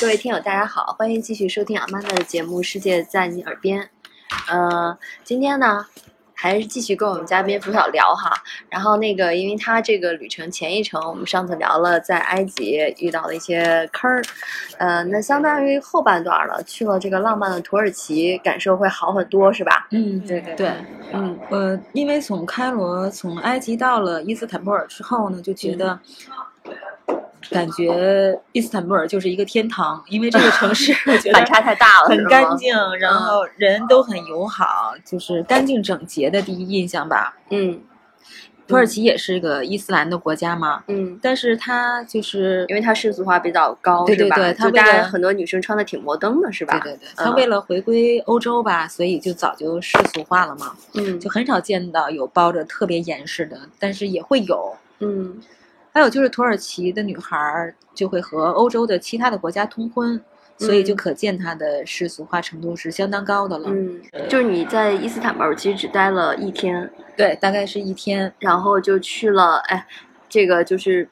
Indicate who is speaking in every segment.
Speaker 1: 各位听友，大家好，欢迎继续收听阿曼达的节目《世界在你耳边》。呃，今天呢，还是继续跟我们嘉宾冯晓聊哈。然后那个，因为他这个旅程前一程，我们上次聊了在埃及遇到的一些坑儿，呃，那相当于后半段了，去了这个浪漫的土耳其，感受会好很多，是吧？
Speaker 2: 嗯，
Speaker 3: 对对
Speaker 2: 对，嗯，呃，因为从开罗从埃及到了伊斯坦布尔之后呢，就觉得。
Speaker 1: 嗯
Speaker 2: 感觉伊斯坦布尔就是一个天堂，因为这个城市我觉得
Speaker 1: 反差太大了，
Speaker 2: 很
Speaker 1: 是
Speaker 2: 干
Speaker 1: 吗。嗯
Speaker 2: 净，然后人都很友好，就是干净整洁的第一印象吧。
Speaker 1: 嗯
Speaker 2: 土耳其也是个伊斯兰的国家嘛，
Speaker 1: 嗯，
Speaker 2: 但是它就是
Speaker 1: 因为它世俗化比较高，
Speaker 2: 对对
Speaker 1: 是吧
Speaker 2: 对它
Speaker 1: 就大
Speaker 2: 为
Speaker 1: 家
Speaker 2: 了
Speaker 1: 很多女生穿的挺摩登的，是吧？
Speaker 2: 对对对，它
Speaker 1: 嗯
Speaker 2: 为了回归欧洲吧，所以就早就世俗化了嘛，
Speaker 1: 嗯
Speaker 2: 就很少见到有包着特别严实的，但是也会有。
Speaker 1: 嗯
Speaker 2: 还有就是土耳其的女孩儿就会和欧洲的其他的国家通婚，所以就
Speaker 1: 嗯
Speaker 2: 可见它的世俗化程度是相当高的了。
Speaker 1: 嗯，就是你在伊斯坦布尔其实只待了一天，
Speaker 2: 对，大概是一天。
Speaker 1: 然后就去了，哎，这个就是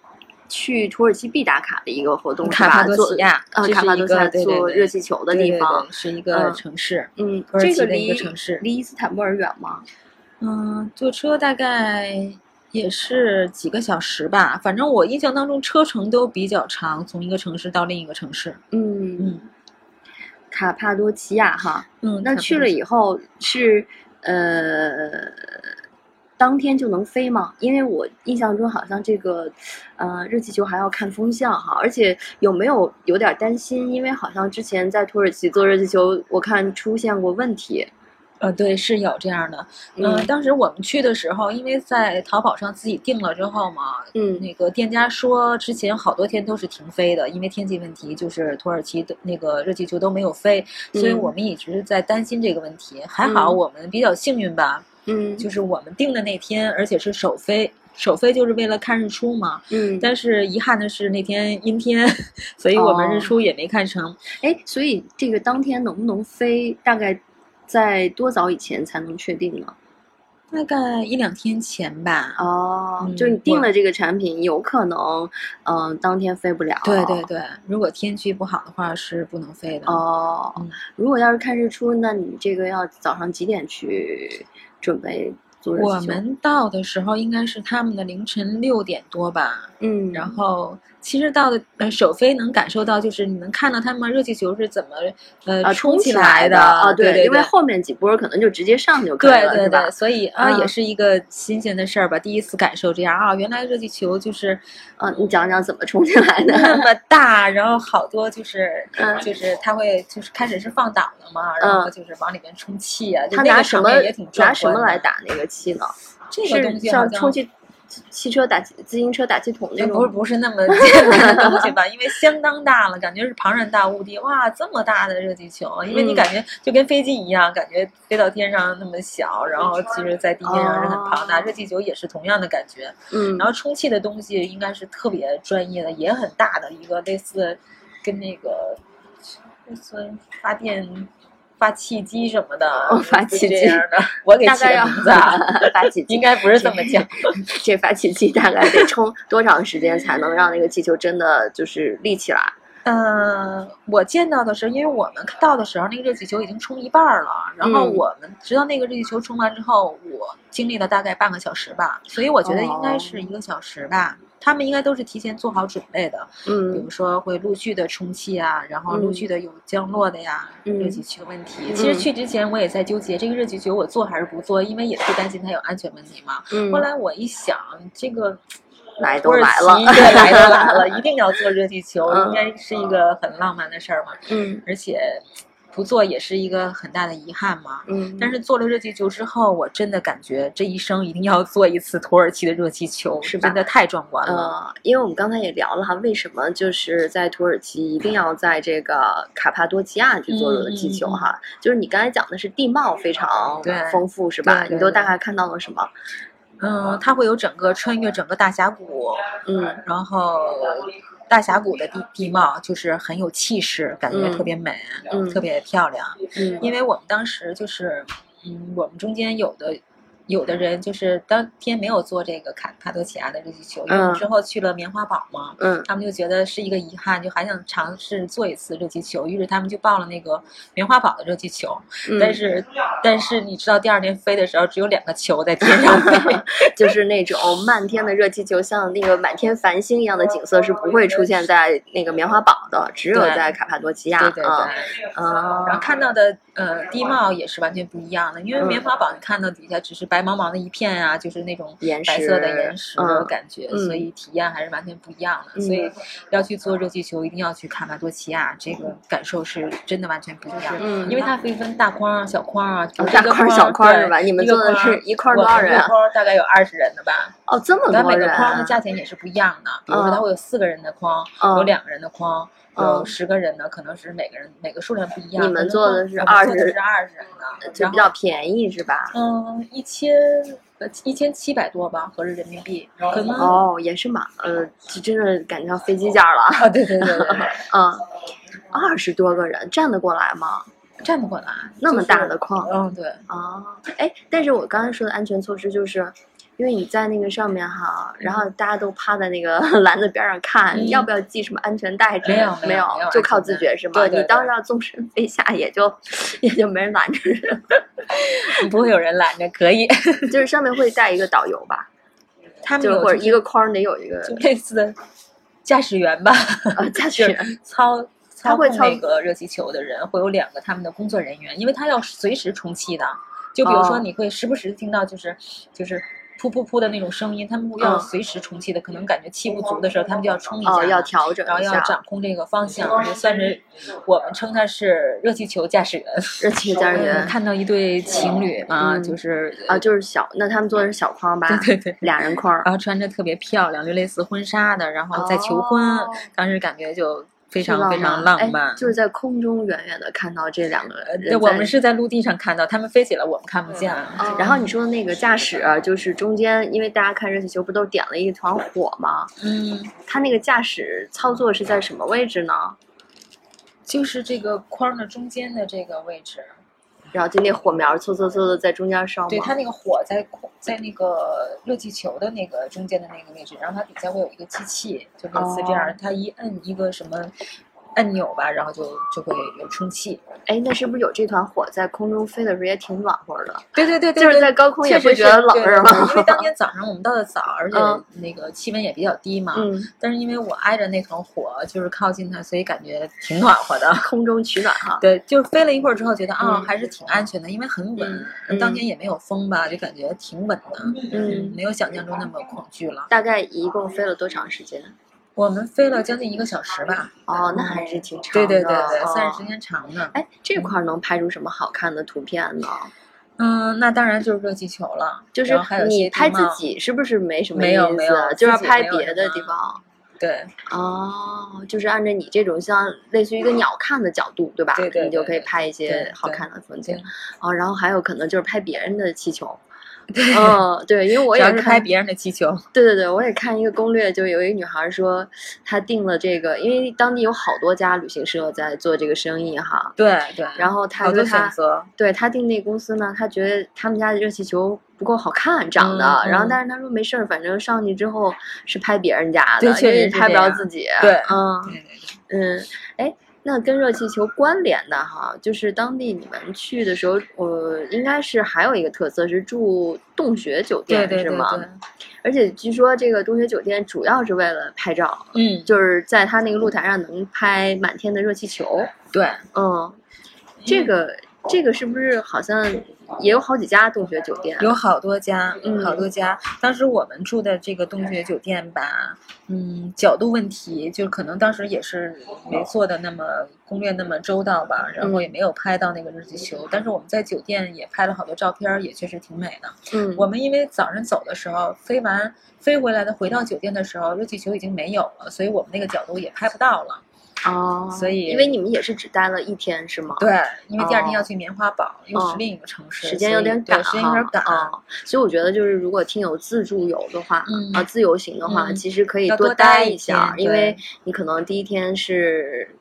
Speaker 1: 去土耳其必打卡的一个活动，
Speaker 2: 卡帕多西亚，
Speaker 1: 是吧？做
Speaker 2: 这
Speaker 1: 呃，
Speaker 2: 是一
Speaker 1: 卡帕多西亚
Speaker 2: 个对对
Speaker 1: 做
Speaker 2: 对
Speaker 1: 热气球的
Speaker 2: 对
Speaker 1: 地
Speaker 2: 对
Speaker 1: 方
Speaker 2: 对，是一个
Speaker 1: 嗯
Speaker 2: 城市。
Speaker 1: 嗯
Speaker 2: 土，耳
Speaker 1: 这
Speaker 2: 其的
Speaker 1: 离
Speaker 2: 一个城市
Speaker 1: 离伊斯坦布尔远吗？
Speaker 2: 嗯，坐车大概也是几个小时吧，反正我印象当中车程都比较长，从一个城市到另一个城市。
Speaker 1: 嗯，
Speaker 2: 嗯
Speaker 1: 卡帕多奇亚哈，
Speaker 2: 嗯，
Speaker 1: 那
Speaker 2: 差不
Speaker 1: 去
Speaker 2: 多
Speaker 1: 了以后是呃，当天就能飞吗？因为我印象中好像这个呃热气球还要看风向哈，而且有没有有点担心？因为好像之前在土耳其做热气球，我看出现过问题。
Speaker 2: 呃，对，是有这样的。嗯、
Speaker 1: 嗯
Speaker 2: 当时我们去的时候，因为在淘宝上自己订了之后嘛，
Speaker 1: 嗯
Speaker 2: 那个店家说之前好多天都是停飞的，因为天气问题，就是土耳其的那个热气球都没有飞，所以
Speaker 1: 嗯
Speaker 2: 我们一直在担心这个问题。还好
Speaker 1: 嗯
Speaker 2: 我们比较幸运吧，
Speaker 1: 嗯
Speaker 2: 就是我们订的那天，而且是首飞，首飞就是为了看日出嘛。
Speaker 1: 嗯，
Speaker 2: 但是遗憾的是那天阴天，所以我们
Speaker 1: 哦
Speaker 2: 日出也没看成。
Speaker 1: 哎，所以这个当天能不能飞，大概在多早以前才能确定呢？
Speaker 2: 大概一两天前吧。
Speaker 1: 哦，
Speaker 2: 嗯
Speaker 1: 就你定
Speaker 2: 我
Speaker 1: 了这个产品，有可能嗯、呃当天飞不了。
Speaker 2: 对对对，如果天气不好的话是不能飞的。
Speaker 1: 哦
Speaker 2: 嗯，
Speaker 1: 如果要是看日出，那你这个要早上几点去准备做热气球？
Speaker 2: 我们到的时候应该是他们的凌晨六点多吧，
Speaker 1: 嗯，
Speaker 2: 然后其实到的呃首飞能感受到，就是你能看到他们热气球是怎么呃、
Speaker 1: 啊
Speaker 2: 冲
Speaker 1: 冲起
Speaker 2: 来
Speaker 1: 的啊，
Speaker 2: 啊，对对
Speaker 1: 因为后面几波可能就直接上就可以
Speaker 2: 对
Speaker 1: 了，
Speaker 2: 对
Speaker 1: 是吧
Speaker 2: 对，？所以啊、
Speaker 1: 嗯
Speaker 2: 也是一个新鲜的事儿吧，第一次感受这样啊，原来热气 球就是
Speaker 1: 啊，你讲讲怎么冲进来
Speaker 2: 那
Speaker 1: 的？
Speaker 2: 么大，然后好多就是、
Speaker 1: 嗯
Speaker 2: 就是它会就是开始是放倒的嘛，然后
Speaker 1: 嗯
Speaker 2: 就是往里面充气啊，就
Speaker 1: 他
Speaker 2: 那
Speaker 1: 拿
Speaker 2: 个
Speaker 1: 什
Speaker 2: 场
Speaker 1: 么
Speaker 2: 面也挺壮
Speaker 1: 拿什么
Speaker 2: 观的
Speaker 1: 来？打那个气呢？
Speaker 2: 这个东
Speaker 1: 是
Speaker 2: 西好
Speaker 1: 像
Speaker 2: 像
Speaker 1: 充气汽车打气自行车打气筒那
Speaker 2: 就哎不是
Speaker 1: 种？
Speaker 2: 不是那 么简单的东西吧，因为相当大了，感觉是庞然大物的。哇，这么大的热气球，因为
Speaker 1: 嗯
Speaker 2: 你感觉就跟飞机一样，感觉飞到天上那么小，然后其实在地面上是很庞大。
Speaker 1: 哦
Speaker 2: 热气球也是同样的感觉。
Speaker 1: 嗯
Speaker 2: 然后充气的东西应该是特别专业的，也很大的一个类似跟那个类似发电。发气机什么的，
Speaker 1: 哦发气
Speaker 2: 这
Speaker 1: 机
Speaker 2: 样的，我给
Speaker 1: 大
Speaker 2: 起
Speaker 1: 概
Speaker 2: 的
Speaker 1: 要
Speaker 2: 名字啊，
Speaker 1: 发起机
Speaker 2: 应。该不是这么叫。
Speaker 1: 这发起机大概得充多长时间才能让那个气球真的就是立起来？
Speaker 2: 嗯，我见到的时候，因为我们到的时候，那个热气球已经冲一半儿了。然后
Speaker 1: 嗯
Speaker 2: 我们直到那个热气球冲完之后，我经历了大概半个小时吧，所以我觉得应该
Speaker 1: 哦
Speaker 2: 是一个小时吧。他们应该都是提前做好准备的，比
Speaker 1: 嗯
Speaker 2: 如说会陆续的充气啊，然后陆续的有降落的呀，
Speaker 1: 嗯
Speaker 2: 热气球问题。其实
Speaker 1: 嗯
Speaker 2: 去之前我也在纠结，这个热气球我做还是不做，因为也是担心它有安全问题嘛。
Speaker 1: 嗯
Speaker 2: 后来我一想，这个
Speaker 1: 来
Speaker 2: 土
Speaker 1: 都
Speaker 2: 耳
Speaker 1: 来
Speaker 2: 其
Speaker 1: 了，
Speaker 2: 对，来都来 了，一定要坐热气球，
Speaker 1: 嗯
Speaker 2: 应该是一个很浪漫的事儿嘛。
Speaker 1: 嗯
Speaker 2: 而且不做也是一个很大的遗憾嘛。
Speaker 1: 嗯，
Speaker 2: 但是做了热气球之后，我真的感觉这一生一定要做一次土耳其的热气球，
Speaker 1: 是吧
Speaker 2: 真的太壮观了。
Speaker 1: 呃，因为我们刚才也聊了哈，为什么就是在土耳其一定要在这个卡帕多奇亚去做
Speaker 2: 嗯嗯
Speaker 1: 气球
Speaker 2: 嗯
Speaker 1: 哈？就是你刚才讲的是地貌非常
Speaker 2: 对
Speaker 1: 丰富是吧？
Speaker 2: 对对
Speaker 1: 你都大
Speaker 2: 对
Speaker 1: 概看到了什么？
Speaker 2: 嗯，它会有整个穿越整个大峡谷，
Speaker 1: 嗯
Speaker 2: 然后大峡谷的地地貌就是很有气势，感觉
Speaker 1: 嗯
Speaker 2: 特别美，
Speaker 1: 嗯
Speaker 2: 特别漂亮。
Speaker 1: 嗯
Speaker 2: 因为我们当时就是，嗯，我们中间有的。有的人就是当天没有做这个卡卡多奇亚的热气球，因为
Speaker 1: 嗯
Speaker 2: 之后去了棉花堡嘛，
Speaker 1: 嗯
Speaker 2: 他们就觉得是一个遗憾，就还想尝试做一次热气球，于是他们就报了那个棉花堡的热气球。
Speaker 1: 嗯，
Speaker 2: 但是，但是你知道，第二天飞的时候只有两个球在天 上飞，
Speaker 1: 就是那种漫天的热气球，像那个满天繁星一样的景色是不会出现在那个棉花堡的，只有
Speaker 2: 对
Speaker 1: 在卡帕多奇亚
Speaker 2: 对对对。
Speaker 1: 啊啊
Speaker 2: 然后看到的呃地貌也是完全不一样的，因为
Speaker 1: 嗯
Speaker 2: 棉花堡你看到底下只是白茫茫的一片啊，就是那种
Speaker 1: 岩
Speaker 2: 白色的
Speaker 1: 石
Speaker 2: 岩石
Speaker 1: 嗯
Speaker 2: 的感觉，
Speaker 1: 嗯
Speaker 2: 所以体验还是完全不一样的。
Speaker 1: 嗯
Speaker 2: 所以要去做热气球，一定要去卡帕多奇亚，这个感受是真的完全不一样的。
Speaker 1: 嗯
Speaker 2: 因为它会分大框啊、小框啊，比如
Speaker 1: 哦
Speaker 2: 说
Speaker 1: 大
Speaker 2: 一个
Speaker 1: 框儿小框儿
Speaker 2: 对
Speaker 1: 是吧你们
Speaker 2: 一个
Speaker 1: 做的
Speaker 2: 框
Speaker 1: 是
Speaker 2: 儿
Speaker 1: 一块儿
Speaker 2: 我
Speaker 1: 多少
Speaker 2: 们
Speaker 1: 人
Speaker 2: 一
Speaker 1: 啊
Speaker 2: 个框儿大概有二十人的吧。
Speaker 1: 哦，这么
Speaker 2: 但
Speaker 1: 多
Speaker 2: 每个
Speaker 1: 人
Speaker 2: 框
Speaker 1: 啊，
Speaker 2: 的价钱也是不一样的，比如
Speaker 1: 嗯
Speaker 2: 说它会有四个人的框，
Speaker 1: 嗯
Speaker 2: 有两个人的框，有
Speaker 1: 嗯
Speaker 2: 十个人的，可能是每个人每个数量不一样。
Speaker 1: 你们
Speaker 2: 可能
Speaker 1: 做的是
Speaker 2: 我们做
Speaker 1: 20
Speaker 2: 的是二十人的，
Speaker 1: 就
Speaker 2: 然
Speaker 1: 比
Speaker 2: 后
Speaker 1: 较便宜是吧？
Speaker 2: 嗯一千呃一千七百多吧，合着人民币，可能
Speaker 1: 哦，也是蛮呃，这真的赶上飞机价了，
Speaker 2: 啊对对对对， 对
Speaker 1: 嗯，二十多个人站得过来吗？
Speaker 2: 站不过来，
Speaker 1: 那么大
Speaker 2: 就是
Speaker 1: 的框
Speaker 2: 嗯对，
Speaker 1: 哦，哎，但是我刚才说的安全措施就是，因为你在那个上面哈，然后大家都趴在那个 篮子边上看，
Speaker 2: 嗯
Speaker 1: 要不要系什么安全带之类的？
Speaker 2: 没有
Speaker 1: 没
Speaker 2: 没有没有
Speaker 1: 就
Speaker 2: 安
Speaker 1: 靠
Speaker 2: 全
Speaker 1: 自
Speaker 2: 带
Speaker 1: 觉是吗？
Speaker 2: 对对
Speaker 1: 你当
Speaker 2: 对
Speaker 1: 时要纵身飞下，也就 也就没人拦着人，
Speaker 2: 不会有人拦着，可以，
Speaker 1: 就是上面会带一个导游吧，
Speaker 2: 他们
Speaker 1: 就是
Speaker 2: 有
Speaker 1: 或者
Speaker 2: 就
Speaker 1: 一个框儿得有一个
Speaker 2: 就类似的驾驶员吧，
Speaker 1: 呃驾驶
Speaker 2: 就
Speaker 1: 员。
Speaker 2: 是操
Speaker 1: 他
Speaker 2: 操
Speaker 1: 会
Speaker 2: 控
Speaker 1: 操
Speaker 2: 那个热气球的人会有两个他们的工作人员，因为他要随时充气的。就比如
Speaker 1: 哦
Speaker 2: 说，你会时不时听到就是就是噗噗噗的那种声音，他们要
Speaker 1: 嗯
Speaker 2: 随时充气的，可能感觉气不足的时候，他们就要充一下
Speaker 1: 哦，要
Speaker 2: 嘛，
Speaker 1: 调整
Speaker 2: 然后
Speaker 1: 一
Speaker 2: 要
Speaker 1: 下，嗯
Speaker 2: 掌控这个方向，也算是我们称他是热气球驾驶员。
Speaker 1: 热气家
Speaker 2: 嗯
Speaker 1: 人
Speaker 2: 看到一对情侣嘛，
Speaker 1: 嗯
Speaker 2: 就是
Speaker 1: 啊，就是小，那他们做的是小框吧？
Speaker 2: 对对。
Speaker 1: 俩人框儿
Speaker 2: 然后穿着特别漂亮，就类似婚纱的，然啊后在求婚，
Speaker 1: 哦
Speaker 2: 当时感觉就非
Speaker 1: 是
Speaker 2: 常非常
Speaker 1: 漫
Speaker 2: 浪
Speaker 1: 哎
Speaker 2: 漫。呃
Speaker 1: 就是在空中远远的看到这两个人在。
Speaker 2: 对，我们是在嗯陆地上看到，他们飞起来我们看不见。啊
Speaker 1: 哦。然后你说那个驾驶啊、就是中间，因为大家看热气球不都点了一团火吗？
Speaker 2: 嗯，
Speaker 1: 他那个驾驶操作是在什么位置呢？
Speaker 2: 就是这个框的中间的这个位置，
Speaker 1: 然后就那火苗嗖嗖嗖的在中间烧
Speaker 2: 对，它
Speaker 1: 吗？
Speaker 2: 那个火在空在那个热气球的那个中间的那个位置，然后它底下会有一个机器，就类似这样，
Speaker 1: 哦
Speaker 2: 它一摁一个什么按钮吧，然后就就会有充气。
Speaker 1: 哎，那是不是有这团火在空中飞的时候也挺暖和的？
Speaker 2: 对对对对，
Speaker 1: 就是
Speaker 2: 对
Speaker 1: 在高空也
Speaker 2: 确
Speaker 1: 不
Speaker 2: 实
Speaker 1: 觉得冷
Speaker 2: 对
Speaker 1: 是
Speaker 2: 对
Speaker 1: 吗？
Speaker 2: 对因为当天早上我们到的早，而且
Speaker 1: 嗯
Speaker 2: 那个气温也比较低嘛。
Speaker 1: 嗯，
Speaker 2: 但是因为我挨着那团火，就是靠近它，所以感觉挺暖和的。
Speaker 1: 空中取暖哈。
Speaker 2: 对，就是飞了一会儿之后，觉得啊、
Speaker 1: 嗯
Speaker 2: 还是挺安全的，因为很稳，
Speaker 1: 嗯
Speaker 2: 当天也没有风吧，就感觉挺稳的，
Speaker 1: 嗯，
Speaker 2: 没有想象中那么恐惧了。
Speaker 1: 大概一共飞了多长时间？
Speaker 2: 我们飞了将近一个小时吧，
Speaker 1: 哦，那还是挺长
Speaker 2: 对
Speaker 1: 的。
Speaker 2: 对对对，
Speaker 1: 哦
Speaker 2: 算是时间长的。
Speaker 1: 哎，这块儿能拍出什么好看的图片呢？
Speaker 2: 嗯，那当然就是热气球了，
Speaker 1: 就是
Speaker 2: 然后还有一
Speaker 1: 你
Speaker 2: 些
Speaker 1: 拍
Speaker 2: 地
Speaker 1: 自
Speaker 2: 貌，
Speaker 1: 己是不是没什么
Speaker 2: 没
Speaker 1: 意
Speaker 2: 有没有
Speaker 1: 思，就是
Speaker 2: 自己
Speaker 1: 拍
Speaker 2: 没有
Speaker 1: 别
Speaker 2: 什
Speaker 1: 的
Speaker 2: 么
Speaker 1: 地方。
Speaker 2: 对
Speaker 1: 哦，就是按照你这种像类似于一个鸟瞰的角度，对吧？
Speaker 2: 对对
Speaker 1: 你就可以
Speaker 2: 对对
Speaker 1: 拍一些
Speaker 2: 对
Speaker 1: 好
Speaker 2: 对
Speaker 1: 看的风景
Speaker 2: 对。，
Speaker 1: 哦，然后还有可能就是拍别人的气 球。嗯，对，因为我
Speaker 2: 主
Speaker 1: 也
Speaker 2: 要是
Speaker 1: 看
Speaker 2: 拍别人的气球，
Speaker 1: 对对对，我也看一个攻略，就有一个女孩说，她订了这个，因为当地有好多家旅行社在做这个生意哈。
Speaker 2: 对对，
Speaker 1: 然后她
Speaker 2: 嗯好
Speaker 1: 说
Speaker 2: 多选
Speaker 1: 她
Speaker 2: 择，
Speaker 1: 对她订那公司呢，她觉得他们家的热气球不够好看长得，
Speaker 2: 嗯嗯
Speaker 1: 然后但是她说没事儿，反正上去之后是拍别人家的，
Speaker 2: 对确
Speaker 1: 因为
Speaker 2: 实是
Speaker 1: 拍不
Speaker 2: 这
Speaker 1: 着
Speaker 2: 样
Speaker 1: 自己。
Speaker 2: 对
Speaker 1: 嗯
Speaker 2: 对对对。
Speaker 1: 嗯，哎，那跟热气球关联的哈，就是当地你们去的时候，呃，应该是还有一个特色是住洞穴酒店
Speaker 2: 对对
Speaker 1: 是
Speaker 2: 对
Speaker 1: 吗？
Speaker 2: 对，
Speaker 1: 而且据说这个洞穴酒店主要是为了拍照，
Speaker 2: 嗯，
Speaker 1: 就是在它那个露台上能拍满天的热气球。
Speaker 2: 对，
Speaker 1: 嗯，这个这个是不是好像也有好几家洞穴酒店？啊
Speaker 2: 有好多家，
Speaker 1: 嗯
Speaker 2: 好多家。当时我们住的这个洞穴酒店吧，嗯，角度问题，就可能当时也是没做的那么攻略那么周到吧，然后也
Speaker 1: 嗯
Speaker 2: 没有拍到那个热气球。但是我们在酒店也拍了好多照片儿，也确实挺美的。
Speaker 1: 嗯，
Speaker 2: 我们因为早上走的时候飞完飞回来的，回到酒店的时候，热气球已经没有了，所以我们那个角度也拍不到了。
Speaker 1: 哦，
Speaker 2: 所以
Speaker 1: 因为你们也是只待了一天是吗？，
Speaker 2: 对，因为第二天
Speaker 1: 哦
Speaker 2: 要去棉花堡，又
Speaker 1: 哦
Speaker 2: 是另一个城市，
Speaker 1: 时间
Speaker 2: 所
Speaker 1: 有
Speaker 2: 以
Speaker 1: 点
Speaker 2: 对
Speaker 1: 赶哈，
Speaker 2: 时间有点赶。
Speaker 1: 哦所以我觉得就是如果听友自助游的话，
Speaker 2: 嗯
Speaker 1: 啊，自由行的话，
Speaker 2: 嗯
Speaker 1: 其实可以
Speaker 2: 要
Speaker 1: 多
Speaker 2: 多待
Speaker 1: 待
Speaker 2: 一
Speaker 1: 一下，
Speaker 2: 天
Speaker 1: 因为
Speaker 2: 对
Speaker 1: 你可能第一天是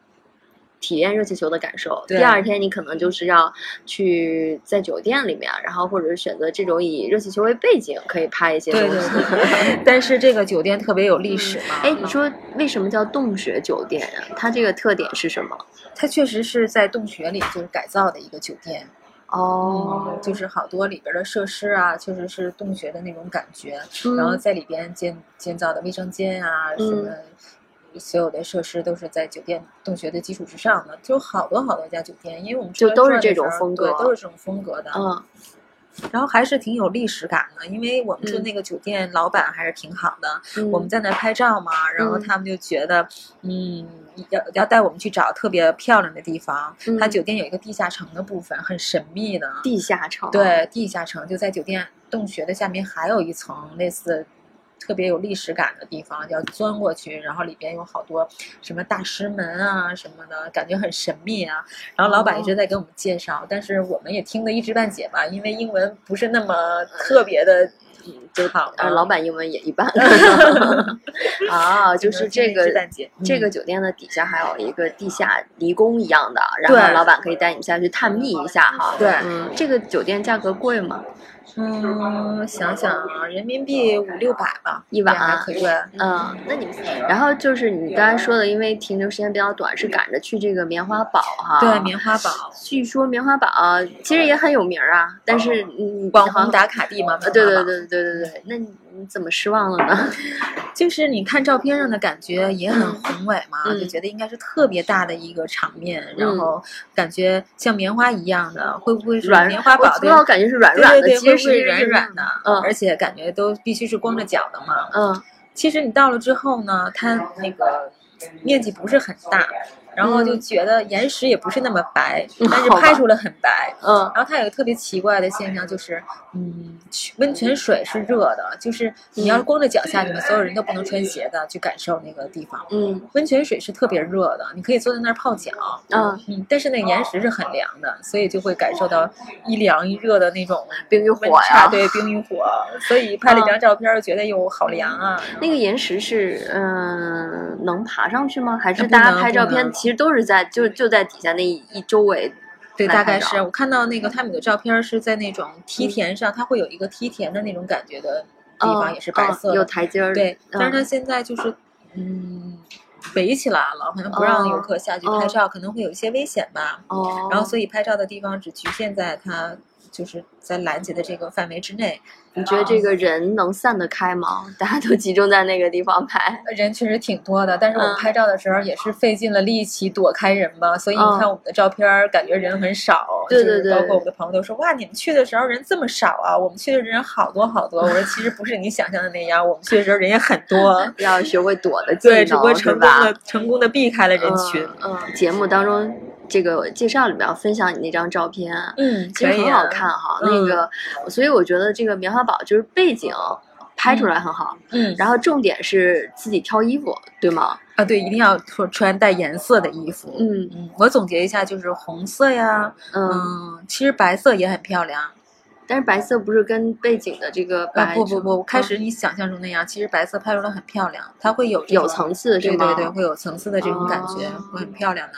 Speaker 1: 体验热气球的感受。
Speaker 2: 对
Speaker 1: 第二天你可能就是要去在酒店里面，然后或者是选择这种以热气球为背景可以拍一些
Speaker 2: 对
Speaker 1: 东
Speaker 2: 对
Speaker 1: 西。
Speaker 2: 对，但是这个酒店特别有历史嘛。嗯
Speaker 1: 哎，你说为什么叫洞穴酒店呀、它这个特点是什么？
Speaker 2: 它确实是在洞穴里就是改造的一个酒店，嗯
Speaker 1: 哦，
Speaker 2: 就是好多里边的设施啊，确实是洞穴的那种感觉，
Speaker 1: 嗯
Speaker 2: 然后在里边建建造的卫生间啊，什么
Speaker 1: 嗯
Speaker 2: 所有的设施都是在酒店洞穴的基础之上的，就好多好多家酒店，因为我们
Speaker 1: 就
Speaker 2: 出来
Speaker 1: 都是
Speaker 2: 转的
Speaker 1: 这种
Speaker 2: 时候
Speaker 1: 风
Speaker 2: 对
Speaker 1: 格
Speaker 2: 都是这种风格的，
Speaker 1: 嗯
Speaker 2: 然后还是挺有历史感的，因为我们住
Speaker 1: 嗯
Speaker 2: 那个酒店老板还是挺好的，
Speaker 1: 嗯，
Speaker 2: 我们在那儿拍照嘛，然后
Speaker 1: 嗯
Speaker 2: 他们就觉得，嗯，要要带我们去找特别漂亮的地方。它
Speaker 1: 嗯哦
Speaker 2: 酒店有一个地下城的部分，很神秘的。
Speaker 1: 地下城，
Speaker 2: 对，地下城就在酒店洞穴的下面，还有一层类似特别有历史感的地方，要钻过去，然后里边有好多什么大师门啊什么的，感觉很神秘啊。然后老板一
Speaker 1: 哦
Speaker 2: 直在给我们介绍，但是我们也听得一知半解吧，因为英文不是那么特别的好嘛。
Speaker 1: 呃，老板英文也一 般。啊，就
Speaker 2: 就是嗯是
Speaker 1: 这
Speaker 2: 这
Speaker 1: 个
Speaker 2: 个
Speaker 1: 这
Speaker 2: 这
Speaker 1: 个
Speaker 2: 个
Speaker 1: 酒店的底下还有一个地下迷宫一样的，然后
Speaker 2: 对
Speaker 1: 老板可以带你们下去探秘一下哈。
Speaker 2: 对
Speaker 1: 嗯，这个酒店价格贵吗？
Speaker 2: 嗯，想想啊，人民币五六百吧，啊
Speaker 1: 一晚
Speaker 2: 也还可以。对
Speaker 1: 嗯，那你们，然后就是你刚才说的，因为停留时间比较短，是赶着去这个棉花堡哈。
Speaker 2: 对，棉花堡，
Speaker 1: 据说棉花堡其实也很有名儿啊，但是嗯，
Speaker 2: 哦网
Speaker 1: 好
Speaker 2: 红打卡地嘛。
Speaker 1: 呃对
Speaker 2: 棉
Speaker 1: 对
Speaker 2: 花堡，
Speaker 1: 对对对对，那你你怎么失望了呢？
Speaker 2: 就是你看照片上的感觉也很宏伟嘛，
Speaker 1: 嗯
Speaker 2: 就觉得应该是特别大的一个场面，然后感觉像棉花一样的，会不会是
Speaker 1: 软
Speaker 2: 棉花
Speaker 1: 我
Speaker 2: 堡
Speaker 1: 怎
Speaker 2: 对
Speaker 1: 么老感觉是软软
Speaker 2: 对
Speaker 1: 的，
Speaker 2: 对对，
Speaker 1: 其
Speaker 2: 会
Speaker 1: 实
Speaker 2: 不
Speaker 1: 是
Speaker 2: 会软软的，
Speaker 1: 嗯
Speaker 2: 而且感觉都必须是光着脚的嘛。
Speaker 1: 嗯
Speaker 2: 其实你到了之后呢，它那个面积不是很大，然后就觉得岩石也不是那么 白，
Speaker 1: 嗯
Speaker 2: 但是
Speaker 1: 好吧
Speaker 2: 拍出了很白。
Speaker 1: 嗯
Speaker 2: 然后它有个特别奇怪的现象，就是，嗯，去温泉水是热的，就是
Speaker 1: 嗯
Speaker 2: 你要是光着脚下，你们所有人都不能穿鞋的去感受那个地方。
Speaker 1: 嗯
Speaker 2: 温泉水是特别热的，你可以坐在那儿泡脚，
Speaker 1: 嗯，
Speaker 2: 嗯，但是那个岩石是很凉的，所以就会感受到一凉一热的那种
Speaker 1: 冰与
Speaker 2: 温
Speaker 1: 火
Speaker 2: 差
Speaker 1: 呀
Speaker 2: 对，冰与火。所以拍了一张照片，觉得哟好凉啊。
Speaker 1: 那个岩石是，嗯、能爬上去吗？还是
Speaker 2: 呃不
Speaker 1: 大家
Speaker 2: 能
Speaker 1: 拍
Speaker 2: 不
Speaker 1: 照片
Speaker 2: 能
Speaker 1: 其实都是在就就在底下那一一周围？
Speaker 2: 对，
Speaker 1: 来
Speaker 2: 大
Speaker 1: 拍
Speaker 2: 概
Speaker 1: 照
Speaker 2: 是我看到那个
Speaker 1: 嗯
Speaker 2: 他们的照片是在那种梯田上，它会有一个梯田的那种感觉的地方，
Speaker 1: 嗯
Speaker 2: 也是白
Speaker 1: 嗯
Speaker 2: 色
Speaker 1: 有
Speaker 2: 的。
Speaker 1: 台阶儿。
Speaker 2: 对，但是它
Speaker 1: 嗯
Speaker 2: 现在就是嗯围起来了，好像不让游客下去拍照，可能会有一些危险吧。
Speaker 1: 哦，
Speaker 2: 然后所以拍照的地方只局限在它就是在拦截的这个范围之内。
Speaker 1: 你觉得这个人能散得开吗？ 大家都集中在那个地方拍，
Speaker 2: 人确实挺多的，但是我们
Speaker 1: 嗯
Speaker 2: 拍照的时候也是费尽了力气躲开人吧，所以你看
Speaker 1: 嗯
Speaker 2: 我们的照片儿，感觉人很少。
Speaker 1: 对
Speaker 2: 就是
Speaker 1: 对对，
Speaker 2: 包括我们的朋友都说哇，你们去的时候人这么少啊，我们去的人好多好多。我说其实不是你想象的那样，我们去的时候人也很多
Speaker 1: 要学会躲的技能，
Speaker 2: 对，只不过成
Speaker 1: 是
Speaker 2: 功
Speaker 1: 吧
Speaker 2: 的成功的避开了人群。
Speaker 1: 嗯。嗯，节目当中这个介绍里边分享你那张照片，
Speaker 2: 嗯，
Speaker 1: 其
Speaker 2: 可
Speaker 1: 实
Speaker 2: 以
Speaker 1: 很
Speaker 2: 啊
Speaker 1: 好看。哈。
Speaker 2: 嗯
Speaker 1: 那个，所以我觉得这个棉花堡就是背景拍出来很好，
Speaker 2: 嗯
Speaker 1: 然后重点是自己挑衣服，对吗？
Speaker 2: 啊，对，一定要说穿带颜色的衣服。
Speaker 1: 嗯
Speaker 2: 嗯，我总结一下，就是红色呀，
Speaker 1: 嗯，
Speaker 2: 嗯，其实白色也很漂亮。
Speaker 1: 但是白色不是跟背景的这个
Speaker 2: 啊，
Speaker 1: 白
Speaker 2: 不不不，开
Speaker 1: 嗯
Speaker 2: 始你想象中那样，其实白色拍出来很漂亮，它会有这
Speaker 1: 有
Speaker 2: 种
Speaker 1: 层次是
Speaker 2: 对
Speaker 1: 吗？
Speaker 2: 对对，会有层次的这种感觉，
Speaker 1: 哦
Speaker 2: 会很漂亮的。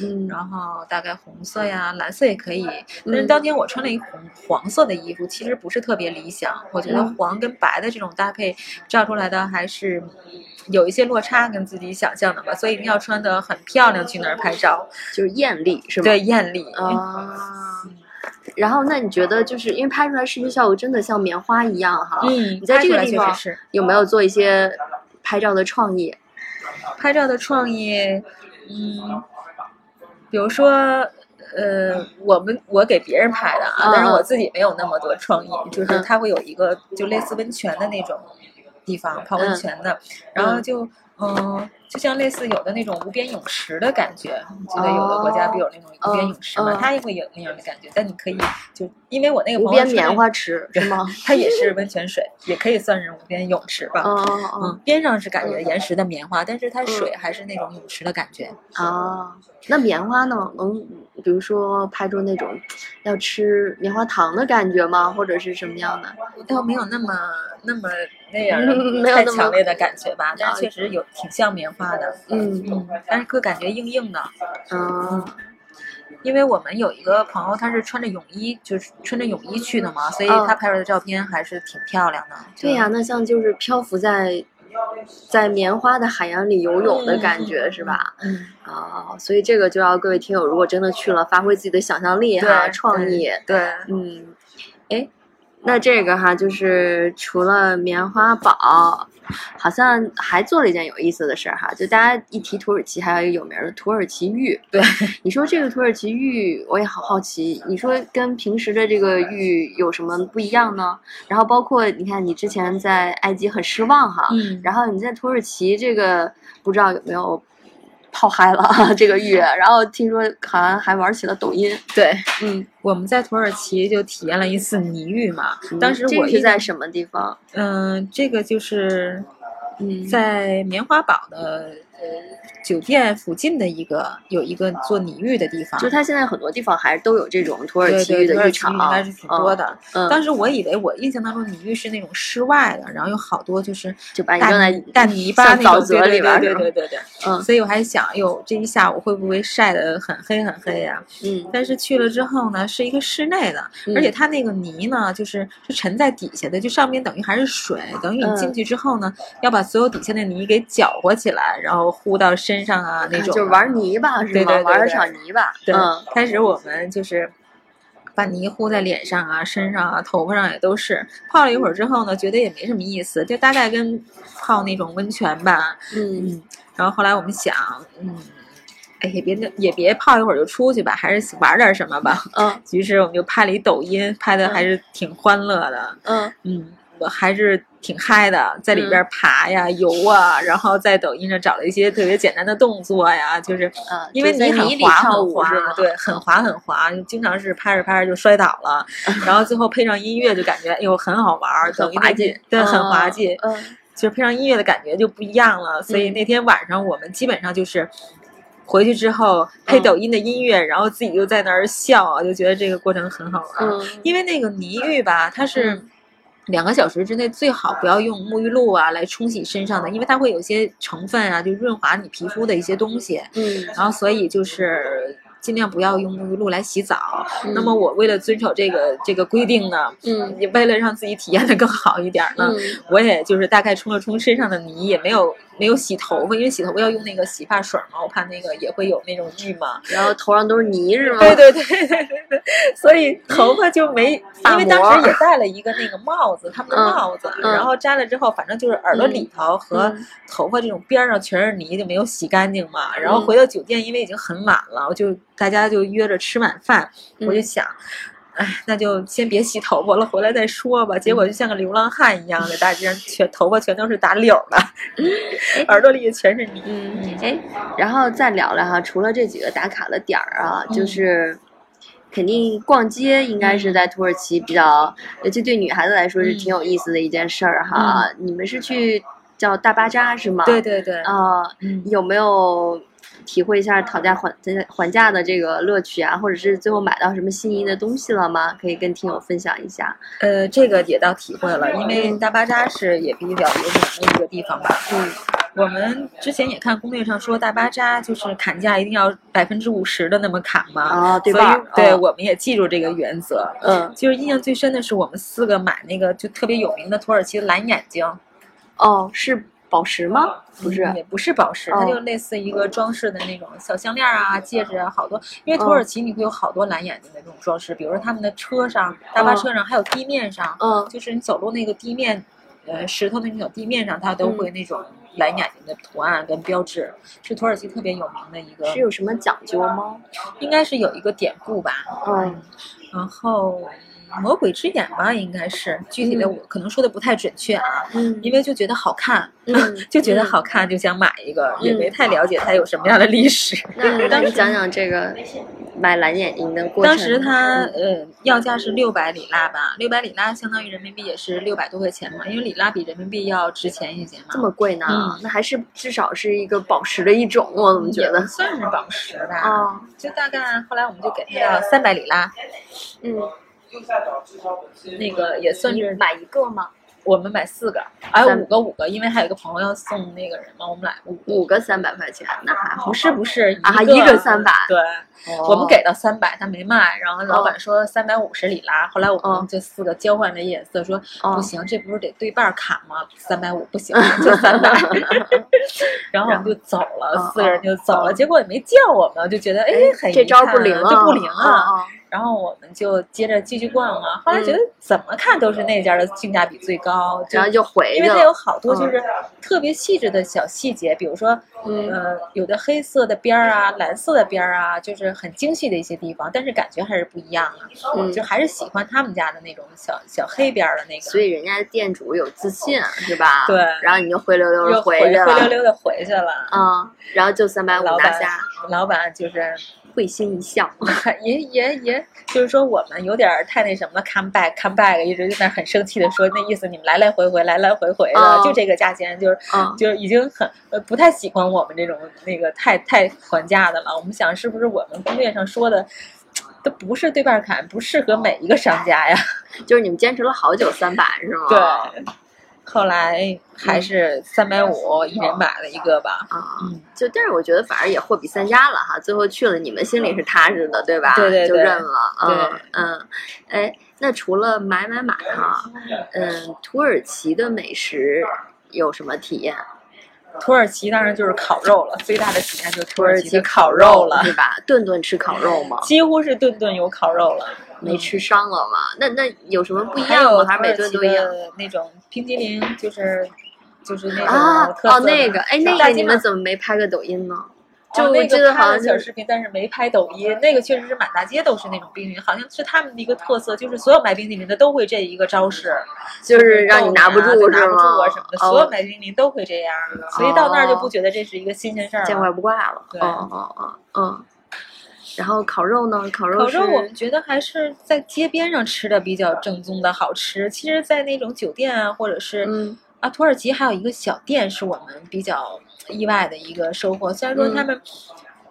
Speaker 1: 嗯，
Speaker 2: 然后大概红色呀、蓝色也可以，但是
Speaker 1: 嗯
Speaker 2: 当天我穿了一红黄色的衣服，其实不是特别理想。我觉得
Speaker 1: 嗯
Speaker 2: 黄跟白的这种搭配照出来的还是有一些落差，跟自己想象的吧。所以一定要穿的很漂亮去那儿拍照，
Speaker 1: 就是艳丽是吗？
Speaker 2: 对，艳丽。嗯
Speaker 1: 啊。然后，那你觉得就是因为拍出来视觉效果真的像棉花一样哈？
Speaker 2: 嗯，
Speaker 1: 哦你在
Speaker 2: 拍
Speaker 1: 这
Speaker 2: 出
Speaker 1: 个
Speaker 2: 来
Speaker 1: 地
Speaker 2: 确
Speaker 1: 方
Speaker 2: 实是。
Speaker 1: 有没有做一些拍照的创意？
Speaker 2: 拍照的创意，嗯，比如说，呃，我们我给别人拍的啊
Speaker 1: 嗯，
Speaker 2: 但是我
Speaker 1: 嗯
Speaker 2: 自己没有那么多创意，就是
Speaker 1: 嗯
Speaker 2: 它会有一个就类似温泉的那种地方，泡温
Speaker 1: 嗯
Speaker 2: 泉的，然后
Speaker 1: 嗯
Speaker 2: 就嗯、就像类似有的那种无边泳池的感觉，觉得有的国家不有那种无边
Speaker 1: 哦
Speaker 2: 泳池嘛，
Speaker 1: 嗯
Speaker 2: 它也会有那样的感觉，但你可以就因为我那个
Speaker 1: 无
Speaker 2: 朋友
Speaker 1: 边
Speaker 2: 圈
Speaker 1: 棉，花池是 吗？
Speaker 2: 它也是温泉水，也可以算是无边泳池吧，
Speaker 1: 哦哦
Speaker 2: 嗯
Speaker 1: 哦，
Speaker 2: 边上是感觉岩石的棉花，但是
Speaker 1: 嗯
Speaker 2: 它水还是那种泳池的感觉。
Speaker 1: 哦啊！那棉花呢？能比如说拍出那种要吃棉花糖的感觉吗？或者是什么样的？
Speaker 2: 倒没有那么那么 那样儿
Speaker 1: 嗯没有
Speaker 2: 太
Speaker 1: 那么
Speaker 2: 强烈的感觉吧，但
Speaker 1: 了
Speaker 2: 是确实有挺像棉花的，
Speaker 1: 嗯
Speaker 2: 嗯，但是会感觉硬硬的，
Speaker 1: 嗯
Speaker 2: 因为我们有一个朋友，他是穿着泳衣，就是穿着泳衣去的嘛，所以
Speaker 1: 嗯
Speaker 2: 他拍出来的照片还是挺漂亮的。
Speaker 1: 对呀、那像就是漂浮在在棉花的海洋里游泳的感觉、
Speaker 2: 嗯
Speaker 1: 是吧？
Speaker 2: 嗯，
Speaker 1: 啊、所以这个就要各位听友，如果真的去了，发挥自己的想象力
Speaker 2: 对
Speaker 1: 哈，创意。
Speaker 2: 对，
Speaker 1: 嗯，哎，那这个哈，就是除了棉花堡，好像还做了一件有意思的事儿哈，就大家一提土耳其，还有一个有名儿的土耳其浴。
Speaker 2: 对，
Speaker 1: 你说这个土耳其浴，我也好好奇，你说跟平时的这个浴有什么不一样呢？然后包括你看，你之前在埃及很失望哈，
Speaker 2: 嗯
Speaker 1: 然后你在土耳其这个不知道有没有泡嗨了啊这个浴，然后听说好像还玩起了抖音，
Speaker 2: 对，
Speaker 1: 嗯，
Speaker 2: 我们在土耳其就体验了一次泥浴嘛，当时
Speaker 1: 嗯这
Speaker 2: 我
Speaker 1: 个是
Speaker 2: 一
Speaker 1: 在什么地方？
Speaker 2: 嗯、这个就是
Speaker 1: 嗯，
Speaker 2: 在棉花堡的呃酒店附近的一个有一个做泥浴的地
Speaker 1: 哦
Speaker 2: 方，
Speaker 1: 就是它现在很多地方还是都有这种土耳
Speaker 2: 对
Speaker 1: 其浴
Speaker 2: 对，土
Speaker 1: 的浴
Speaker 2: 耳其
Speaker 1: 场，哦
Speaker 2: 浴还是挺多的。
Speaker 1: 嗯，嗯，
Speaker 2: 当时我以为我印象当中泥浴是那种室外的，然后有好多就是
Speaker 1: 就把你
Speaker 2: 大
Speaker 1: 扔在
Speaker 2: 泥大泥巴
Speaker 1: 像
Speaker 2: 那种
Speaker 1: 沼泽里边儿
Speaker 2: 对
Speaker 1: 是吧
Speaker 2: 对对对对对。
Speaker 1: 嗯
Speaker 2: 所以我还想，哟，这一下午会不会晒得很黑很黑呀、
Speaker 1: 嗯，
Speaker 2: 但是去了之后呢，是一个室内的，
Speaker 1: 嗯
Speaker 2: 而且它那个泥呢，就是是沉在底下的，就上面等于还是水，等于
Speaker 1: 嗯
Speaker 2: 你进去之后呢，要把所有底下的泥给搅和起来，然后呼到身上啊那种。
Speaker 1: 就是玩。泥巴是吗？
Speaker 2: 对对对
Speaker 1: 玩一
Speaker 2: 对
Speaker 1: 场泥巴，
Speaker 2: 对，
Speaker 1: 嗯
Speaker 2: 开始我们就是。把泥糊在脸上啊、身上啊、头发上也都是。泡了一会儿之后呢，觉得也没什么意思，就大概跟泡那种温泉吧。
Speaker 1: 嗯
Speaker 2: 嗯，然后后来我们想，嗯，哎，也别那也别泡一会儿就出去吧，还是玩点什么吧。
Speaker 1: 嗯
Speaker 2: 于是我们就拍了一抖音，拍的还是挺欢乐的，
Speaker 1: 嗯，
Speaker 2: 嗯，我还是挺嗨的，在里边爬呀、游啊，然后在抖音上找了一些特别简单的动作呀，就是
Speaker 1: 啊
Speaker 2: 因为
Speaker 1: 就在
Speaker 2: 你很
Speaker 1: 泥里
Speaker 2: 滑
Speaker 1: 跳
Speaker 2: 很
Speaker 1: 舞
Speaker 2: 滑
Speaker 1: 是吗，
Speaker 2: 对，很滑很滑，就经常是拍着拍着就摔倒 了，然后最后配上音乐就感觉哎呦很好玩儿，
Speaker 1: 很
Speaker 2: 等于那
Speaker 1: 滑稽
Speaker 2: 天，对，
Speaker 1: 嗯
Speaker 2: 很滑稽，
Speaker 1: 嗯
Speaker 2: 就是配上音乐的感觉就不一样了。所以
Speaker 1: 嗯
Speaker 2: 那天晚上我们基本上就是回去之后配
Speaker 1: 嗯
Speaker 2: 抖音的音乐，然后自己就在那儿笑啊，就觉得这个过程很好玩。
Speaker 1: 嗯
Speaker 2: 因为那个泥浴吧，它是
Speaker 1: 嗯
Speaker 2: 两个小时之内最好不要用沐浴露啊来冲洗身上的，因为它会有一些成分啊，就润滑你皮肤的一些东西。
Speaker 1: 嗯，
Speaker 2: 然后所以就是尽量不要用沐浴露来洗澡。那么
Speaker 1: 嗯
Speaker 2: 我为了遵守这个这个规定呢，
Speaker 1: 嗯
Speaker 2: 也为了让自己体验的更好一点儿呢，
Speaker 1: 嗯
Speaker 2: 我也就是大概冲了冲身上的泥，也没有没有洗头发，因为洗头发要用那个洗发水嘛，我怕那个也会有那种郁嘛。
Speaker 1: 然后头上都是泥是吗？
Speaker 2: 对对对对对对，所以头发就没，
Speaker 1: 嗯发
Speaker 2: 因为当时也戴了一个那个帽子，他们的帽子，
Speaker 1: 嗯
Speaker 2: 然后摘了之后，反正就是耳朵里头和
Speaker 1: 嗯
Speaker 2: 头发这种边儿上全是泥，就没有洗干净嘛。然后回到酒店，因为已经很晚了，我就大家就约着吃晚饭，
Speaker 1: 嗯
Speaker 2: 我就想。哎，那就先别洗头发了，回来再说吧。结果就像个流浪汉一样，在大街上全头发全都是打绺儿的， 耳朵里也全是泥。
Speaker 1: 嗯，哎，然后再聊聊哈，除了这几个打卡的点儿啊，就
Speaker 2: 嗯
Speaker 1: 是肯定逛街应该是在土耳其比较，尤其对女孩子来说是
Speaker 2: 嗯
Speaker 1: 挺有意思的一件事儿哈。你们是去叫大巴扎是吗？
Speaker 2: 对对对，
Speaker 1: 啊、
Speaker 2: 嗯，
Speaker 1: 有没有体会一下讨价还呃还价的这个乐趣啊？或者是最后买到什么心仪的东西了吗？可以跟听友分享一下。
Speaker 2: 呃，这个也倒体会了，因为大巴扎是也比较有名的一个地方吧。
Speaker 1: 嗯
Speaker 2: 我们之前也看攻略上说，大巴扎就是砍价一定要百分之五十的那么砍嘛，
Speaker 1: 啊，对
Speaker 2: 所以
Speaker 1: 吧？
Speaker 2: 对、
Speaker 1: 哦
Speaker 2: 我们也记住这个原则。
Speaker 1: 嗯
Speaker 2: 就是印象最深的是我们四个买那个就特别有名的土耳其蓝眼睛，
Speaker 1: 哦，是宝石吗？不是，
Speaker 2: 嗯也不是宝石，它
Speaker 1: 哦
Speaker 2: 就类似一个装饰的那种小项链啊、戒指啊，好多。因为土
Speaker 1: 哦
Speaker 2: 耳其你会有好多蓝眼睛的这种装饰，比如说他们的车上、大巴
Speaker 1: 哦
Speaker 2: 车上，还有地面上，
Speaker 1: 嗯
Speaker 2: 就是你走路那个地面，呃，石头的那种地面上，它都
Speaker 1: 嗯
Speaker 2: 会那种蓝眼睛的图案跟标志，是土耳其特别有名的一个，
Speaker 1: 是有什么讲究吗？
Speaker 2: 应该是有一个典故吧。
Speaker 1: 嗯，
Speaker 2: 然后嗯魔鬼之眼吧，应该是具体的
Speaker 1: 嗯
Speaker 2: 我可能说的不太准确啊，
Speaker 1: 嗯
Speaker 2: 因为就觉得好看，
Speaker 1: 嗯
Speaker 2: 就觉得好看，就想买一个，也没太了解它有什么样的历史。
Speaker 1: 嗯那那
Speaker 2: 当
Speaker 1: 你
Speaker 2: 时
Speaker 1: 讲讲这个买蓝眼睛的过程。嗯
Speaker 2: 当时它呃要价是六百里拉吧，六百里拉相当于人民币也是六百多块钱嘛，因为里拉比人民币要值钱一些嘛。
Speaker 1: 这么贵呢？
Speaker 2: 嗯
Speaker 1: 那还是至少是一个宝石的一种，我怎么觉
Speaker 2: 也
Speaker 1: 得
Speaker 2: 不？算是宝石吧？
Speaker 1: 哦，
Speaker 2: 就大概后来我们就给它要三百里拉，
Speaker 1: 嗯，
Speaker 2: 那个也算
Speaker 1: 你
Speaker 2: 是
Speaker 1: 买一个吗？
Speaker 2: 我们买四个，哎
Speaker 1: 三
Speaker 2: 五个五个，因为还有一个朋友要送那个人嘛，我们俩五
Speaker 1: 五个三百块钱，那还好
Speaker 2: 不是不是
Speaker 1: 啊
Speaker 2: 一
Speaker 1: 一个300
Speaker 2: 对，我们
Speaker 1: 哦
Speaker 2: 给到三百，他没卖，然后老
Speaker 1: 哦
Speaker 2: 板说三百五十里拉，后来我
Speaker 1: 哦
Speaker 2: 们这四个交换着眼色说
Speaker 1: 哦
Speaker 2: 不行，这不是得对半儿砍吗？三百五 不行，就三百， 然后我们就走
Speaker 1: 哦
Speaker 2: 了，四个人就走了，结果也没叫我们，就觉得哎很
Speaker 1: 这
Speaker 2: 遗
Speaker 1: 招
Speaker 2: 憾
Speaker 1: 不灵
Speaker 2: 啊，就不灵啊，
Speaker 1: 啊！
Speaker 2: 然后我们就接着继续逛嘛，后来觉得怎么看都是那家的性价比最高，就
Speaker 1: 嗯然后就嗯回
Speaker 2: 因
Speaker 1: 去
Speaker 2: 为它
Speaker 1: 了
Speaker 2: 有。好多就是特别细致的小细节，比如说，
Speaker 1: 嗯
Speaker 2: 呃，有的黑色的边儿啊，蓝色的边儿啊，就是很精细的一些地方，但是感觉还是不一样啊。
Speaker 1: 嗯
Speaker 2: 就还是喜欢他们家的那种小小黑边儿的那个。
Speaker 1: 所以人家店主有自信是吧？
Speaker 2: 对
Speaker 1: 然后你就灰溜溜
Speaker 2: 又
Speaker 1: 的
Speaker 2: 回
Speaker 1: 去
Speaker 2: 灰溜
Speaker 1: 了，
Speaker 2: 溜的回去了。
Speaker 1: 嗯，然后就三百五
Speaker 2: 老
Speaker 1: 拿
Speaker 2: 板
Speaker 1: 下，，
Speaker 2: 老板就是
Speaker 1: 会心一笑。
Speaker 2: 也也也，就是说我们有点儿太那什么了，come back，come back，一直在那儿很生气的说，那意思你们来来回回，来来回回的，
Speaker 1: 哦
Speaker 2: 就这个价钱，就是
Speaker 1: 嗯，
Speaker 2: 就是已经很呃不太喜欢我们这种那个太太还价的了。我们想是不是我们攻略上说的，都不是对半砍，不适合每一个商家呀？
Speaker 1: 就是你们坚持了好久，三百是吗？
Speaker 2: 对。 后来还是三百五一人买了一个吧。
Speaker 1: 啊
Speaker 2: 嗯，
Speaker 1: 就但是我觉得反而也货比三家了哈，最后去了，你们心里是踏实的，对吧？
Speaker 2: 对对
Speaker 1: 就
Speaker 2: 对
Speaker 1: 认了，嗯
Speaker 2: 对
Speaker 1: 嗯，哎，那除了买买买哈，嗯，土耳其的美食有什么体验？
Speaker 2: 土耳其当然就是烤肉了，最大的体验就是土
Speaker 1: 土耳
Speaker 2: 其的
Speaker 1: 其
Speaker 2: 烤肉了，嗯
Speaker 1: 是吧？顿顿吃烤肉吗？
Speaker 2: 几乎是顿顿有烤肉了，
Speaker 1: 没
Speaker 2: 嗯
Speaker 1: 吃伤了吗？那那有什么不一
Speaker 2: 还
Speaker 1: 样
Speaker 2: 有
Speaker 1: 吗？还是每顿都一样？
Speaker 2: 那种冰激凌，就是就是那
Speaker 1: 啊
Speaker 2: 种特色的
Speaker 1: 哦，那个哎，那
Speaker 2: 大
Speaker 1: 个
Speaker 2: 街
Speaker 1: 你
Speaker 2: 上
Speaker 1: 们怎么没拍个抖音呢？就
Speaker 2: 哦
Speaker 1: 我
Speaker 2: 那
Speaker 1: 记
Speaker 2: 个
Speaker 1: 得
Speaker 2: 拍
Speaker 1: 好
Speaker 2: 了
Speaker 1: 像
Speaker 2: 小
Speaker 1: 就是
Speaker 2: 视频，但是没拍抖音。那个确实是满大街都是那种冰激凌，好像是他们的一个特色，就是所有卖冰激凌的都会这一个招式，
Speaker 1: 就是让你拿不
Speaker 2: 就是
Speaker 1: 住
Speaker 2: 拿
Speaker 1: 是
Speaker 2: 不
Speaker 1: 吗
Speaker 2: 住啊什么的，所有
Speaker 1: 哦，
Speaker 2: 卖冰激凌都会这样，所以到那儿就
Speaker 1: 哦
Speaker 2: 不觉得这是一个新鲜事儿
Speaker 1: 见
Speaker 2: 了。
Speaker 1: 怪不怪了。
Speaker 2: 嗯对
Speaker 1: 哦哦哦，嗯。然后烤肉呢？烤肉
Speaker 2: 烤
Speaker 1: 是
Speaker 2: 肉我们觉得还是在街边上吃的比较正宗的好吃。其实，在那种酒店啊，或者是
Speaker 1: 嗯
Speaker 2: 啊，土耳其还有一个小店是我们比较意外的一个收获。虽然说
Speaker 1: 嗯
Speaker 2: 他们、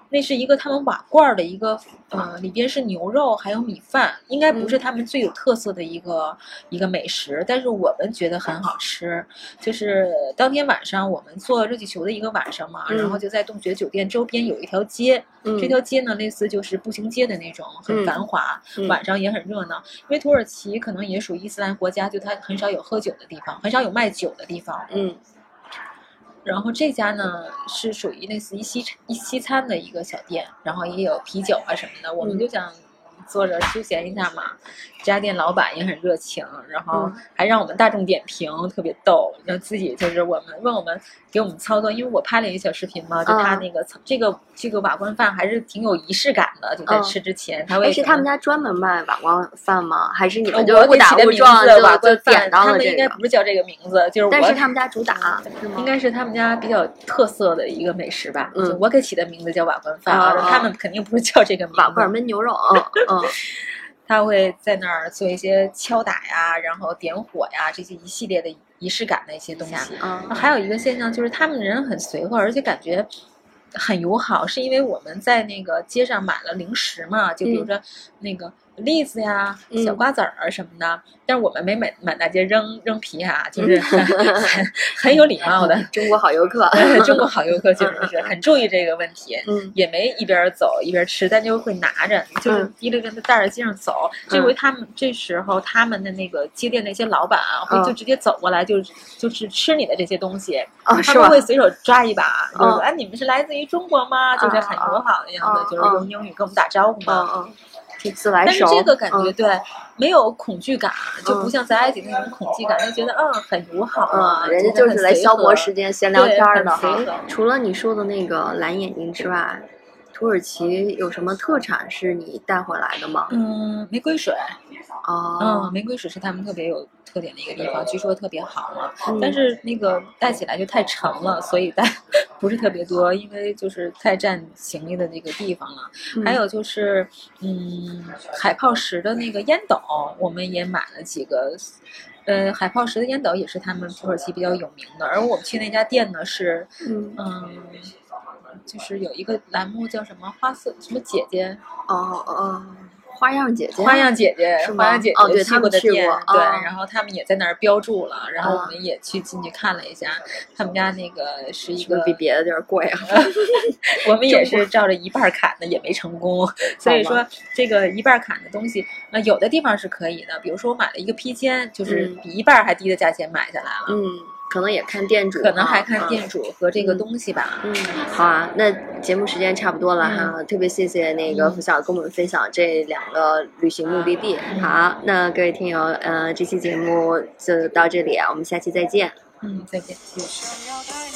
Speaker 2: 那是一个他们瓦罐儿的一个，呃，里边是牛肉还有米饭，应该
Speaker 1: 嗯
Speaker 2: 不是他们最有特色的一个、一个美食，但是我们觉得很好吃。就是当天晚上我们做热气球的一个晚上嘛，然后
Speaker 1: 嗯
Speaker 2: 就在洞穴酒店周边有一条街，
Speaker 1: 嗯
Speaker 2: 这条街呢类似就是步行街的那种，
Speaker 1: 嗯
Speaker 2: 很繁华，
Speaker 1: 嗯
Speaker 2: 晚上也很热闹。因为土耳其可能也属于伊斯兰国家，就它很少有喝酒的地方，很少有卖酒的地方。
Speaker 1: 嗯
Speaker 2: 然后这家呢是属于类似于西一西餐的一个小店，然后也有啤酒啊什么的。我
Speaker 1: 嗯
Speaker 2: 们就想坐着休闲一下嘛。这家店老板也很热情，然后
Speaker 1: 嗯
Speaker 2: 还让我们大众点评，特别逗。然后自己就是我们问我们给我们操作，因为我拍了一个小视频嘛，就他
Speaker 1: 嗯
Speaker 2: 那个、这个这个瓦罐饭还是挺有仪式感的，就在
Speaker 1: 嗯
Speaker 2: 吃之前、他
Speaker 1: 哎，
Speaker 2: 会
Speaker 1: 是
Speaker 2: 可
Speaker 1: 他
Speaker 2: 能
Speaker 1: 们家专门卖瓦罐饭吗？还是你
Speaker 2: 呃
Speaker 1: 们就
Speaker 2: 我
Speaker 1: 误
Speaker 2: 给
Speaker 1: 打
Speaker 2: 起的
Speaker 1: 误
Speaker 2: 名
Speaker 1: 撞
Speaker 2: 字
Speaker 1: 就
Speaker 2: 瓦
Speaker 1: 就
Speaker 2: 罐饭
Speaker 1: 点，到
Speaker 2: 他
Speaker 1: 了
Speaker 2: 们
Speaker 1: 这
Speaker 2: 应该
Speaker 1: 个
Speaker 2: 不？是叫这个名字，就是我
Speaker 1: 但是他们家主打是吗
Speaker 2: 应？该是他们家比较特色的一个美食吧。
Speaker 1: 嗯
Speaker 2: 就我给起的名字叫瓦罐饭，
Speaker 1: 啊啊
Speaker 2: 他们肯定不是叫这个名字。
Speaker 1: 瓦罐焖牛肉，嗯嗯
Speaker 2: 他会在那儿做一些敲打呀，然后点火呀，这些一系列的仪式感的一些东西。
Speaker 1: 嗯
Speaker 2: 还有一个现象就是他们人很随和，而且感觉很友好，是因为我们在那个街上买了零食嘛，就比如
Speaker 1: 嗯
Speaker 2: 说那个栗子呀、
Speaker 1: 嗯。
Speaker 2: 小瓜子儿啊什么的，但是我们没满满大街扔扔皮啊，就是很、很 很有礼貌的
Speaker 1: 中国好游 客，
Speaker 2: 中国好游客确实是很注意这个问题，
Speaker 1: 嗯
Speaker 2: 也没一边走一边吃，但就会拿着，就是
Speaker 1: 嗯
Speaker 2: 提溜着带着街上走。这回他们这时候他们的那个街店那些老板啊，会
Speaker 1: 嗯
Speaker 2: 就直接走过来，就是就是吃你的这些东西，
Speaker 1: 哦
Speaker 2: 他
Speaker 1: 是
Speaker 2: 们
Speaker 1: 吧？
Speaker 2: 会随手抓一把，就是
Speaker 1: 嗯
Speaker 2: 哎你们是来自于中国吗？就是很友好的样
Speaker 1: 嗯
Speaker 2: 子，
Speaker 1: 嗯
Speaker 2: 就是用英语跟我们打招呼
Speaker 1: 嗯
Speaker 2: 嘛。
Speaker 1: 嗯，这自来
Speaker 2: 但是
Speaker 1: 熟，
Speaker 2: 这个感觉
Speaker 1: 嗯
Speaker 2: 对，没有恐惧感，就
Speaker 1: 嗯
Speaker 2: 不像在埃及那种恐惧感，就觉得嗯很友好啊，
Speaker 1: 嗯，人家就是来消磨时间、闲聊
Speaker 2: 对
Speaker 1: 天儿
Speaker 2: 很
Speaker 1: 的
Speaker 2: 随
Speaker 1: 哈
Speaker 2: 和。
Speaker 1: 除了你说的那个蓝眼睛之外，土耳其有什么特产是你带回来的吗？
Speaker 2: 嗯，玫瑰水，
Speaker 1: 哦，
Speaker 2: 嗯，玫瑰水是他们特别有特点的一个地方，据说特别好嘛。
Speaker 1: 嗯
Speaker 2: 但是那个带起来就太沉了，所以带 不是特别多，因为就是太占行李的那个地方了。
Speaker 1: 嗯
Speaker 2: 还有就是，嗯，海泡石的那个烟斗，我们也买了几个。呃，海泡石的烟斗也是他们土耳其比较有名的，而我们去那家店呢是，
Speaker 1: 嗯，
Speaker 2: 嗯，就是有一个栏目叫什么花色什么姐姐，
Speaker 1: 哦哦，花样姐姐，
Speaker 2: 花样姐姐
Speaker 1: 是，吗
Speaker 2: 花样姐
Speaker 1: 哦对
Speaker 2: 姐
Speaker 1: 他
Speaker 2: 过
Speaker 1: 们
Speaker 2: 的
Speaker 1: 去
Speaker 2: 店
Speaker 1: 过，
Speaker 2: 对，
Speaker 1: 哦
Speaker 2: 然后他们也在那儿标注了，然后
Speaker 1: 啊
Speaker 2: 我们也去进去看了一下，他们家那个是一
Speaker 1: 是不是
Speaker 2: 个
Speaker 1: 比别的地儿贵啊？
Speaker 2: 嗯我们也
Speaker 1: 中
Speaker 2: 是照着一半儿砍的，也没成功。所以说，这个一半儿砍的东西，呃，有的地方是可以的。比如说，我买了一个披肩，就是
Speaker 1: 嗯
Speaker 2: 比一半儿还低的价钱买下来了，
Speaker 1: 嗯，可能也看店主啊，
Speaker 2: 可能还看
Speaker 1: 嗯
Speaker 2: 店主和这个
Speaker 1: 嗯
Speaker 2: 东西吧。
Speaker 1: 嗯，好啊，那节目时间差不多了哈，特别谢谢那个
Speaker 2: 嗯
Speaker 1: 付晓跟我们分享这两个旅行目的地。
Speaker 2: 嗯
Speaker 1: 好，那各位听友，呃，这期节目就到这里啊，我们下期再见。
Speaker 2: 嗯，再见，谢谢。
Speaker 3: 想要太